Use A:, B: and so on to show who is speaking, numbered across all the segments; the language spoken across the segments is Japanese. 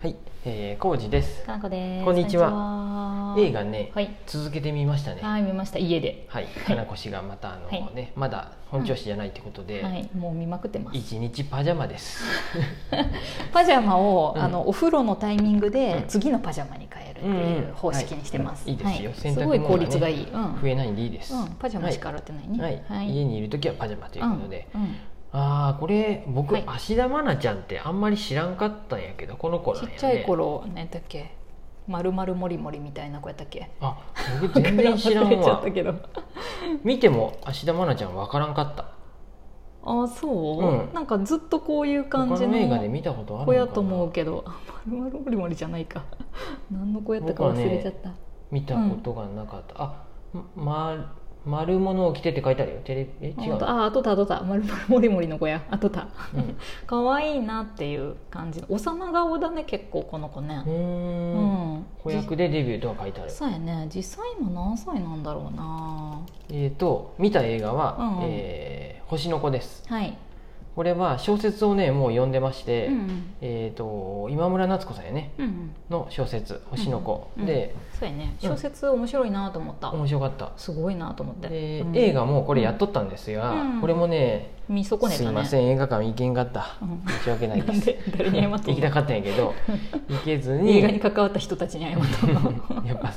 A: はい、えー、コウジです。
B: かなこです。
A: こんにちは
B: こんに
A: 映
B: ちは
A: 画ね、
B: はい。
A: 続けてみましたね。
B: はい、見ました。家で。
A: はい、かなこ氏がまたあの、
B: はい
A: ね、まだ本調子じゃないってことで、
B: はい、もう見まくってます。
A: 一日パジャマです。
B: パジャマを、
A: うん
B: あのお風呂のタイミングで、
A: うん
B: 次のパジャマに変えるっていう方式にしてます。
A: うんうんはいいいですよ洗
B: す
A: 濯
B: ごい
A: 物がね
B: 効率がいい。うん。
A: 増えないんでいいです。
B: うん、パジャマしか洗ってないね。
A: はい、家にいるときはパジャマということで、
B: うんうん
A: ああこれ僕、
B: はい
A: 芦田愛菜ちゃんってあんまり知らんかったんやけどこの子なん
B: ち
A: や
B: っ
A: ね。
B: ちゃい頃、ねだっけ。まるまるもりもりみたいな子やったっけ。
A: あ僕全然知らん
B: 忘れちゃっ
A: わ
B: たけど。
A: 見ても芦田愛菜ちゃんわからんかった
B: あ、そう、
A: うん
B: なんかずっとこういう
A: 他
B: 感じ
A: の
B: の。
A: 映画で見たことあるの
B: 子
A: かな
B: やと思うけどあまるまるもりもりじゃない か何の子やったか忘れちゃった、
A: 見たことがなかった、あま丸物を着てって書いてあるよテレえ違う
B: あ
A: の
B: ああとたあとたまるまるもりもりの子やあとた
A: うん
B: 可愛いなっていう感じのお様顔だね結構この子ね
A: う
B: う
A: ーん
B: ん
A: 子役でデビューとは書いてある
B: じそうやね実際今何歳なんだろうな
A: えっ、と見た映画は、
B: うんうん
A: えー星の子」です
B: はい、
A: これは小説をねもう読んでまして、
B: うんうん
A: えっ、と今村夏子さんやね
B: うんうん
A: の小説「星の子」
B: うんうん
A: で
B: そうやね
A: うん
B: 小説面白いなと思った、
A: 面白かった
B: すごいなと思って、
A: で、
B: うん
A: 映画もこれやっとったんですが、
B: うん
A: これもね
B: 見損ねたね
A: すいません映画館行けんかった
B: うん
A: 申し訳ないで
B: なん
A: す
B: で 誰に謝って
A: 行
B: ん
A: き
B: の
A: たかったんやけ ど行けずに
B: 映画に関わった人たちに謝 った の
A: やっぱ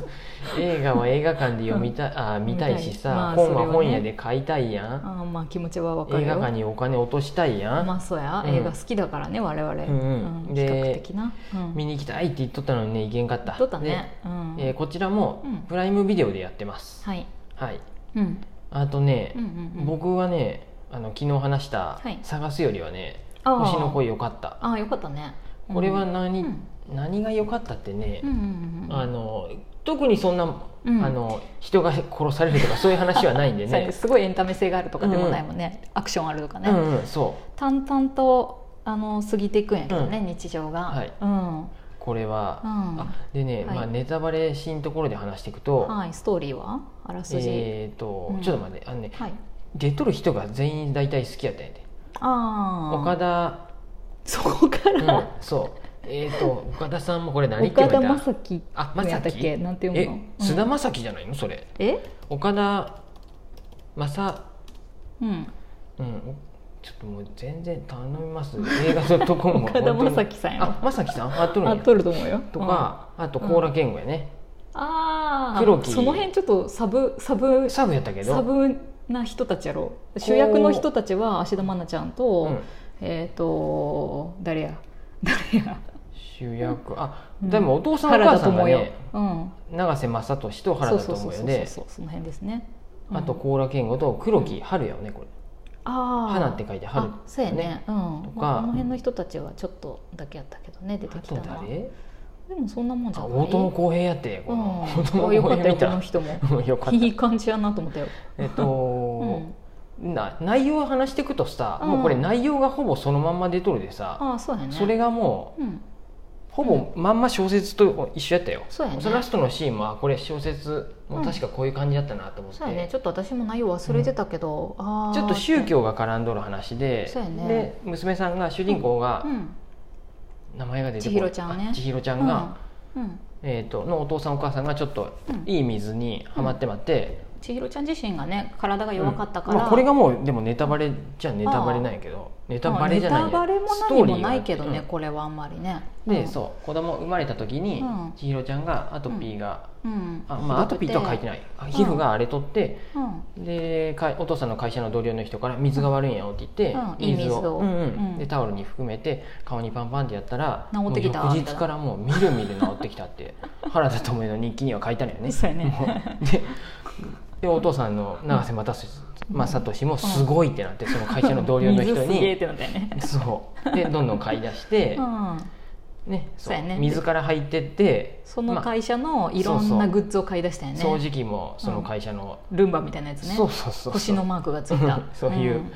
A: 映画は映画館で読みたい、あー見たいしさ、
B: まあ
A: 本は
B: それは
A: 本
B: ね
A: 屋で買いたいやん、
B: あーまあ気持ちはわかる
A: 映
B: よ
A: 画館にお金落としたいやん、
B: まあそうや、
A: うん
B: 映画好きだからね我々、
A: んうん
B: うん比
A: で
B: 較的な、うん、
A: 見に行きたいって言っとったのにね行けんかった
B: 撮ったね、うん
A: でえーこちらも
B: うん
A: プライムビデオでやってます、
B: はい、
A: はい
B: うん、
A: あとね
B: うん、うんうん
A: 僕はねあの昨日話した
B: はい
A: 「探すよりはね、
B: あー
A: 星の声良かった
B: ああよかったね
A: これは
B: うん
A: 何,、
B: うん
A: 何が良かったってね、
B: うんうんうん
A: あの特にそんな、
B: うん
A: あの人が殺されるとかそういう話はないんで
B: そうやね
A: ね。
B: すごいエンタメ性があるとかでもないもんね、アクションあるとかね、
A: うんうん、そう
B: 淡々とあの過ぎていくんやけどね、
A: う
B: 日常が、
A: はい
B: うん
A: これは、
B: うん
A: あでね、
B: はい
A: まあ、ネタバレしんところで話していくと,、
B: はい、ストーリーはあらすじ、
A: えーと
B: うん
A: ちょっと待ってあのね
B: はい
A: 出とる人が全員大体好きやったんやで
B: ああ
A: 岡田、
B: そこか
A: う
B: ら、
A: ん、そうえー、と岡田さんもこれ何って
B: 岡田
A: 言わ
B: 将
A: れた
B: 生
A: あ
B: 君
A: 正
B: やったっけ
A: 樹
B: なんて読
A: え
B: むのうん
A: 菅田将暉じゃないのそれ
B: え
A: 岡田正
B: うん
A: うん、ちょっともう全然頼みます映画のとこも
B: 岡田将生さんや
A: あ正樹さんあっとるん
B: あ
A: や
B: 取ると思うよ
A: とか、あと高良健吾やね、
B: うんああ
A: 黒木
B: その辺ちょっとサブサブ
A: サブやったけど
B: サブな人たちやろ主役の人たちは芦田愛菜ちゃんと、
A: うん
B: えっ、と誰や 誰や
A: 主役あ
B: うん
A: でもお父さんお母さんがね
B: うん
A: 永瀬正敏と原田智
B: そう
A: 代
B: そうそう
A: で
B: そうその辺ですね、うん
A: あと高良健吾と黒木春やよねこれ「
B: あー
A: 花」って書いて春
B: あそうやねうん
A: とか
B: まあ、この辺の人たちはちょっとだけやったけどね出て
A: あ
B: き
A: と
B: たのは
A: 誰
B: でもそんなもんじゃ
A: あ
B: ない
A: 大友康平やってこの
B: う
A: 大
B: んあ
A: 友
B: よ
A: 康
B: かっ
A: 平
B: た
A: 見
B: よこ
A: た
B: の人も
A: うんよかった
B: いい感じやなと思ったよ、
A: えっ
B: う
A: と
B: ん、
A: な内容を話していくとさ
B: うん
A: もうこれ内容がほぼそのまんま出とるでさ
B: ああそうやね
A: それがもう
B: うん
A: ほぼまんま小説と一緒やったよ、
B: そうやね
A: そのラストのシーンもあこれ小説も確かこういう感じだったなと思って、
B: そうやねちょっと私も内容忘れてたけど、あー
A: ちょっと宗教が絡んどる話で
B: そうやね
A: で娘さんが主人公が、
B: うん
A: 名前が出て
B: 千尋ちゃんね
A: あ千尋ちゃんが、
B: うん
A: えー、とのお父さんお母さんがちょっと
B: うん
A: いい水にはまってまって、
B: 千尋ちゃん自身がね体が
A: うん
B: 弱かったから、
A: まあ、これがもうでもネタバレじゃネタバレなんやけどネタバレじゃないや
B: ネタバレも
A: スト
B: 何
A: ーリ
B: も
A: ーが
B: ないけどね、
A: うん
B: これはあんまりね
A: で、
B: うん
A: そう子供生まれた時に、
B: うん
A: 千尋ちゃんがアトピーが、
B: うん
A: あまあ、アトピーとは書いて
B: ない、
A: ないあ皮膚が荒れとって、
B: うん
A: でかいお父さんの会社の同僚の人から「水が悪いんやよ」って言って、
B: うんいい水を
A: うんうん
B: うん
A: でタオルに含めて顔にパンパンってやったら
B: 治ってきた
A: もう翌日からもうみるみる治ってきたって 原田知世の日記には書いたのよね。
B: そうやね
A: もうででお父さんの永瀬正俊正俊もすごいってなってその会社の同僚の人
B: 水すげえっ
A: に。
B: てなったよね、
A: そうでどんどん買い出して
B: う、ん、
A: ねそう
B: そうやね
A: 水から入ってって
B: その
A: まあ
B: 会社のいろんなグッズを買い出したよね、
A: 掃除機もその会社の、
B: ルンバみたいなやつね
A: そうそうそうそう
B: 星のマークがついた
A: そういう、
B: ん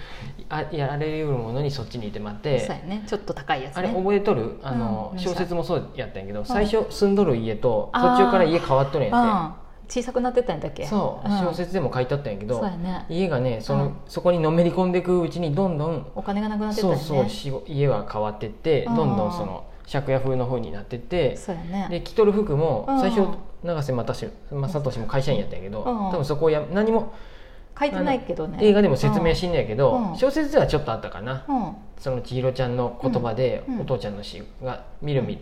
A: あやられるものにそっちにいてまって、
B: そうやねちょっと高いやつ
A: あ
B: ね
A: れ覚えとるあの、
B: うん
A: 小説もそうやったんやけど最初住んどる家と途中から家変わっとるんや
B: うん小さくなってたんだっ
A: って
B: け
A: そう
B: うん
A: 小説でも書いてあったんやけど、
B: そうやね
A: 家がねその、
B: うん
A: そこにのめり込んでいくうちにどんどん
B: お金がなくなってた
A: そ
B: よ
A: う
B: ね
A: そうしご家は変わってってどんど
B: う
A: ん
B: ん
A: その借家風の風になってて
B: そうやね
A: で着とる服も
B: うん
A: 最初永瀬正史まあ聡も会社員やったんやけど
B: ん
A: 多分そこをや何も
B: 書いてないけどね
A: 映画でも説明
B: し、
A: しんねやけ
B: うん
A: ど小説ではちょっとあったかな
B: うんうん
A: その千尋ちゃんの言葉で
B: うんうん
A: お父ちゃんの死が見るみん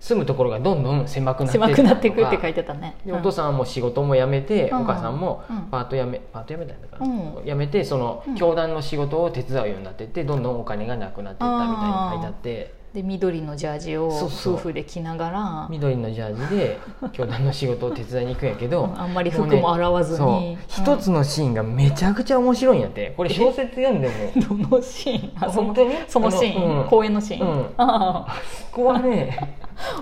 A: 住むところがどんどん狭くなって
B: 狭くなってくって書い
A: て
B: てたね
A: お父さんはもう仕事も辞めて
B: うん
A: お母さんも
B: うん
A: パート辞めパート辞めたんだから
B: うん
A: 辞めてその
B: うん
A: 教団の仕事を手伝うようになってってどんどんお金がなくなっていったみたいに書いてあって
B: で緑のジャージを
A: そうそう
B: 夫婦で着ながら
A: 緑のジャージで教団の仕事を手伝いに行くんやけど
B: うんあんまり服
A: うね
B: も洗わず
A: そう
B: に
A: 一つのシーンがめちゃくちゃ面白いんやってこれ小説読 んでも
B: うんどのシーンあそ
A: 本
B: の
A: 当に
B: そのシ
A: あ
B: ーン、
A: うん
B: 公園のシーン、
A: うん
B: あ
A: ここはね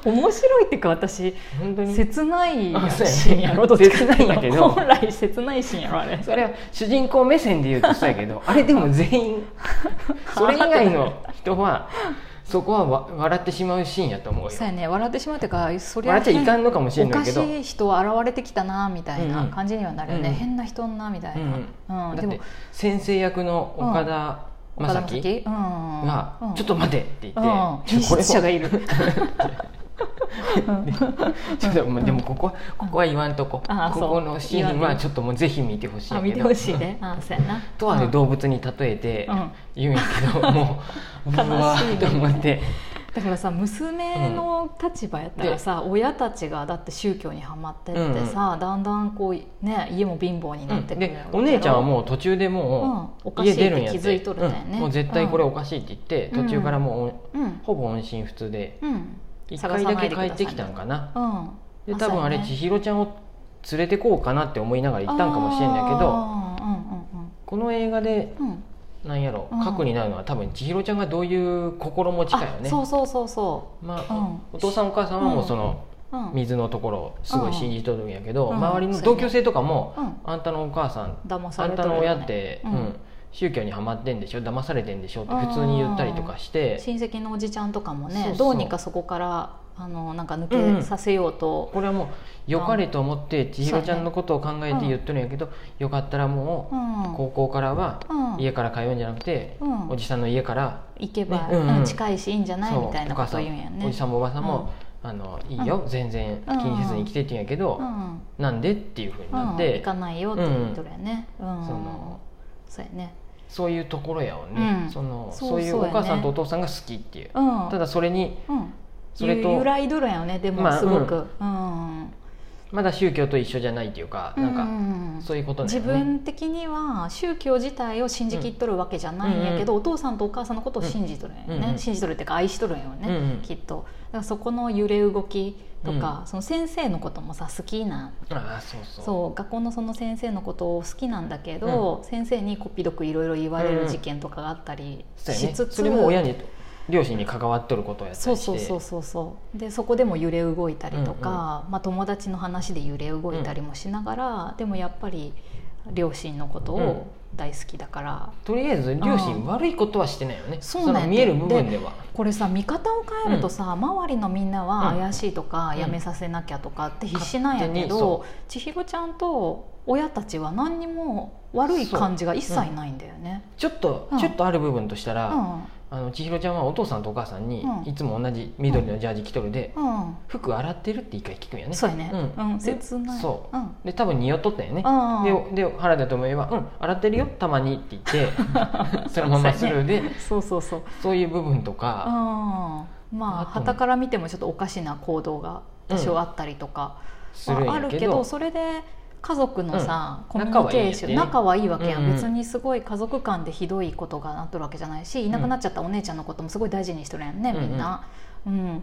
B: あ面白いってか私
A: 本当に
B: 切ない
A: あそうやね
B: シーンやろどっちかってうと
A: 切ないんやけど
B: 本来切ないシーンやろあれ
A: それは主人公目線で言うとそうやけ どあれでも全員それ以外の人はそこはわ笑ってしまうシーンやと思うよ
B: そうやね笑ってしまうっていうかそりゃ
A: 笑っちゃいかんのかもしれ
B: お
A: な
B: か
A: いけ
B: し
A: ど
B: い人現れてきたなみたい
A: うん
B: な
A: うん
B: 感じにはなるよね、
A: うんうん
B: 変な人んなみたいな、うん
A: だっ
B: でも
A: て先生役の岡田
B: 岡田
A: 将生
B: 将生うんうん
A: が
B: う
A: 「
B: ん
A: ちょっと待て」って言って
B: うん
A: 「ちょ
B: 変
A: これ
B: 質者
A: も
B: が いるうん
A: ちょっともうでもここはここは言わんとこ
B: あそう
A: ここのシーン
B: 言わん
A: は
B: と
A: ちょっともうぜひ見てほしいん
B: あ
A: や
B: 見
A: け
B: て
A: ど
B: ほしいねあそうやな
A: とあ
B: う
A: る
B: ん
A: 動物に例えて
B: うん
A: 言うんやけど、もう
B: 悲しいう
A: わーと思って
B: だからさ娘の立場やったらさ、親たちがだって宗教にはまってってさ、だんだんこうね家も貧乏になってくる
A: でお姉ちゃんは
B: う
A: もう途中でも
B: うんお
A: う
B: かし
A: 家
B: いって
A: 出るんやって
B: 気づいとるんだよね
A: うんもう絶対これおかしいって言って
B: うん
A: 途中からも
B: うん
A: うほぼ音信不通で
B: うん
A: 一
B: 探
A: 回
B: さ
A: だ
B: な
A: け
B: いで
A: 帰
B: ください
A: ってきたんかな
B: うん
A: で多分あれ千尋ちゃんを連れてこうかなって思いながら行ったんかもしれんだけど
B: ど
A: この映画で
B: うんうんうんうん
A: なんやろ
B: うん
A: 核になるのは多分千尋ちゃんがどういう心持ちかよ
B: あ
A: ね
B: そうそうそうそ
A: ま
B: う
A: あ
B: ん
A: お父さんお母さんはもうその
B: う、うん、
A: 水のところをすごい信じとるんやけど
B: うん
A: 周りの同級生とかも
B: うん
A: あんたのお母さん
B: 騙さ
A: あ
B: れ
A: ん
B: と
A: た
B: るよ
A: の
B: ね
A: 親って、
B: う
A: うんん宗教にはまってんでしょ騙されてんでしょって普通に言ったりとかして
B: 親戚のおじちゃんとかもね
A: そうそう
B: どうにかそこからあのなんか抜けさせようと、
A: これはもう良かれと思って千尋ちゃんのことを考えて言っとるんやけど、よかったらも
B: うん
A: う高校からは
B: うん
A: 家から通うんじゃなくて、
B: うん
A: おじさんの家から
B: 行けば、
A: ねうん
B: うん近いしいいんじゃないみたいな
A: お
B: こ
A: 母さ
B: と
A: ん
B: 言うんやね
A: おじさんもおばさんも、あのいいよ、全然気にせずに来てって言うんやけど、
B: うん
A: なんでっていうふうに
B: うん
A: なって、
B: 行かないよって言っとるやね、うん
A: その
B: そうやね
A: そういうところやわね、
B: うん
A: その
B: そう
A: そうい
B: そうう
A: お
B: やね
A: 母さんとお父さんが好きっていう、
B: うん
A: ただそれに
B: うん
A: それと
B: ゆ揺らいどるんやよねでも
A: まあ
B: すごく、うん
A: まだ宗教と一緒じゃないっていうか、なんか
B: うん
A: そういうことなん
B: 自
A: やね
B: 分的には宗教自体を信じきっとるわけじゃないんやけど、お父さんとお母さんのことを信じとるんやね、
A: うんうん
B: 信じとるっていうか愛しとるんよね、
A: うんうん
B: きっとだからそこの揺れ動きとか、その先生のこともさ好きな
A: ああそうそう
B: そう学校のその先生のことを好きなんだけど、先生にこっぴどくいろいろ言われる事件とかがあったり
A: そうや
B: し
A: ね
B: つつ、
A: それも親に両親に関わっとることやった
B: そう
A: りして
B: そうそうそうそうでそこでも揺れ動いたりとか、まあ、友達の話で揺れ動いたりもしながら、でもやっぱり両親のことを大好きだから、
A: とりあえず両親、
B: うん
A: 悪いことはしてないよね
B: そうなんや
A: の見える部分では
B: これさ見方を変えるとさ、周りのみんなは
A: うん
B: 怪しいとか、
A: うん
B: やめさせなきゃとかって必死なんや
A: 勝手
B: け
A: に
B: ど、
A: そ
B: 千尋ちゃんと親たちは何にも悪い感じが一切ないんだよね。
A: ちょっと、
B: うん
A: ちょっとある部分としたら、
B: うん
A: あの千尋ちゃんはお父さんとお母さんに、
B: うん
A: いつも同じ緑のジャージ着とるで、
B: うん
A: 服洗ってるって一回聞くんやね
B: そうやね、う
A: うんん
B: 切ない
A: そ
B: うん
A: で多分匂っとったよね、
B: うん
A: でで原田知世は「うん洗ってるよたまに」って言 ってそのままスルーで
B: そうそうそう
A: そういう部分と
B: うん
A: か、
B: まあ
A: あと
B: 傍から見てもちょっとおかしな行動が多少あったりとか、
A: するんやけど,、
B: まあ、あるけどそれで家族のさ、
A: うん
B: コミュニケーション仲
A: 仲
B: はいいわけやん、
A: うんうん
B: 別にすごい家族間でひどいことがなっとるわけじゃないしいなくなっちゃったお姉ちゃんのこともすごい大事にしとるやんね、
A: うん
B: みんな。うん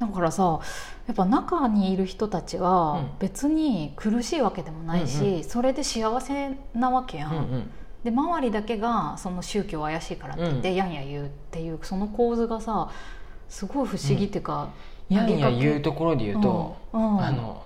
B: だからさやっぱ中にいる人たち
A: う
B: は
A: ん
B: 別に苦しいわけでもないし、
A: うん
B: それで幸せなわけや
A: うん
B: ん、
A: うん、
B: で周りだけがその宗教怪しいからって言って、
A: うん
B: やんや言うっていうその構図がさすごい不思議っていうか、
A: やんや言うところで言うと、
B: うんうん
A: あの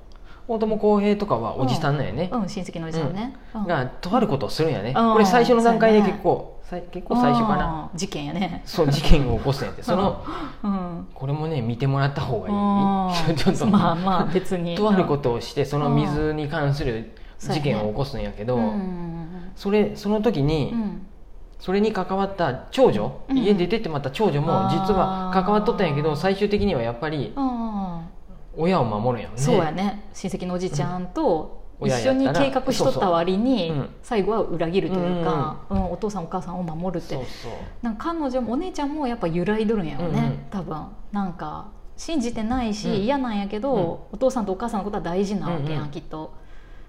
A: 大友康平とかはおじさんなんやね、
B: うん、親戚のおじさんね、うん
A: がとあることをするんやね、
B: うん
A: これ最初の段階で結構、さい結構最初かな、
B: うん事件やね、
A: そう事件を起こすんやってその、
B: うん、
A: これもね見てもらった方
B: あ
A: がいい
B: ー
A: ちょっと、
B: まあまあ別に
A: とあることをしてその水に関する事件を起こすんやけど、
B: うん
A: それその時に、
B: うん
A: それに関わった長女、
B: うん
A: 家出てってまた長女も
B: あー
A: 実は関わっとったんやけど最終的にはやっぱり
B: あ
A: 親を守るんやん
B: あ
A: ね
B: そうやね親戚のおじちゃんと
A: うん
B: 一緒に計画しとった割に
A: そうそううん
B: 最後は裏切るというか、うんお父さんお母さんを守るっ
A: そ
B: て
A: うそう
B: なんか彼女もお姉ちゃんもやっぱ揺らいどるんやろね、
A: うんうん
B: 多分なんか信じてないし、
A: うん
B: 嫌なんやけど、
A: うん
B: お父さんとお母さんのことは大事なわけや
A: う
B: ん、
A: んうん
B: きっと、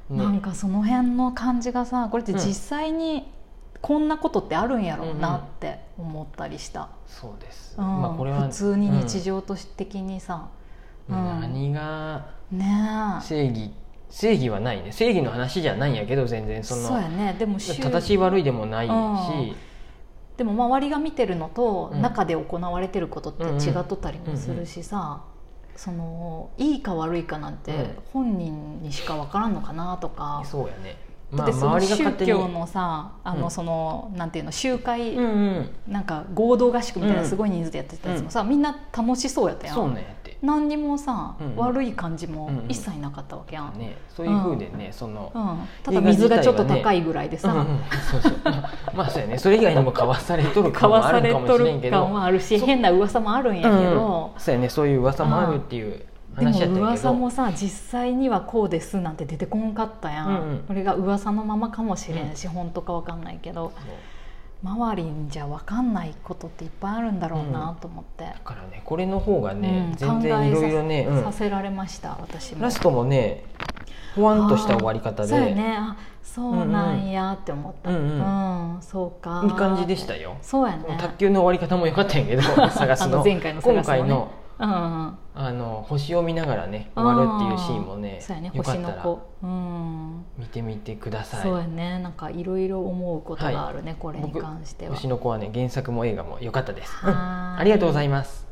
A: ね
B: なんかその辺の感じがさこれって実際にこんなことってあるんやろうなって思ったりした、
A: そうです、
B: うん
A: まあこれは
B: 普通に日常として的にさ、
A: うん
B: うん
A: 何が
B: ねえ
A: 正義正義はないね正義の話じゃないんやけど全然そ
B: そ
A: の
B: うやねでも周
A: 正しい悪いでもないし、
B: うんでも周りが見てるのと
A: うん
B: 中で行われてることって違っとったりもするしさ、そのいいか悪いかなん
A: う
B: て
A: ん
B: 本人にしかわからんのかなとか、
A: そうやね
B: だ
A: ま
B: っ
A: あ
B: てそ
A: 周
B: の
A: りが
B: 宗
A: 勝手に
B: 教のさ、あ
A: う
B: の
A: ん
B: そのなんていうの集会、
A: うんうん
B: なんか合同合宿みたいな
A: うん
B: すごい人数でやってたやつもさ、みんな楽しそうやったやん
A: そうねって
B: 何にもさ、
A: うんうん
B: 悪い感じも
A: うんうん
B: 一切なかったわけやん、
A: ねそういうふうでね、その、
B: うん、ただ水がちょっと高いぐらいで
A: うんう
B: さ、
A: んそうそうまあまあそうやねそれ以外にもかわされとる
B: か
A: 感
B: わ
A: もあ
B: さ
A: る
B: れ
A: かも
B: と
A: しれ
B: る
A: んけ
B: 感
A: ど
B: もあるし
A: そう
B: 変な噂もあるんやけど
A: うん、そうやねそういう噂もあるっていう話やった
B: で
A: んやけ
B: も
A: ど
B: 噂もさ実際にはこうですなんて出てこんかったやん、
A: うんうん
B: これが噂のままかもしれんし、本当かわかんないけど
A: そう
B: 周りにじゃわかんないことっていっぱいあるんだろうなと思って、
A: だからねこれの方がね、
B: うん
A: 全然いろいろね、
B: 考
A: う
B: え
A: ん
B: さ,、せられました私も
A: ラストもねほわんとした終わり方で
B: あーそうやねあそうなんやって思った
A: うんうん
B: うんそうか
A: いい感じでしたよ
B: そうやね
A: 卓球の終わり方も良かったんやけ ど探す
B: あ
A: の
B: 前回の探す
A: 今
B: のね
A: 回の
B: うんうん
A: あの星を見ながらね終わるっていうシーンもね
B: そうやね
A: よか
B: 星
A: った
B: の
A: ら
B: 子うん
A: 見てみてください
B: そうやねなんかいろいろ思うことがあるねこれに
A: 僕
B: 関しては
A: 星の子はね原作も映画も良かったです、うん
B: はーい
A: ありがとうございます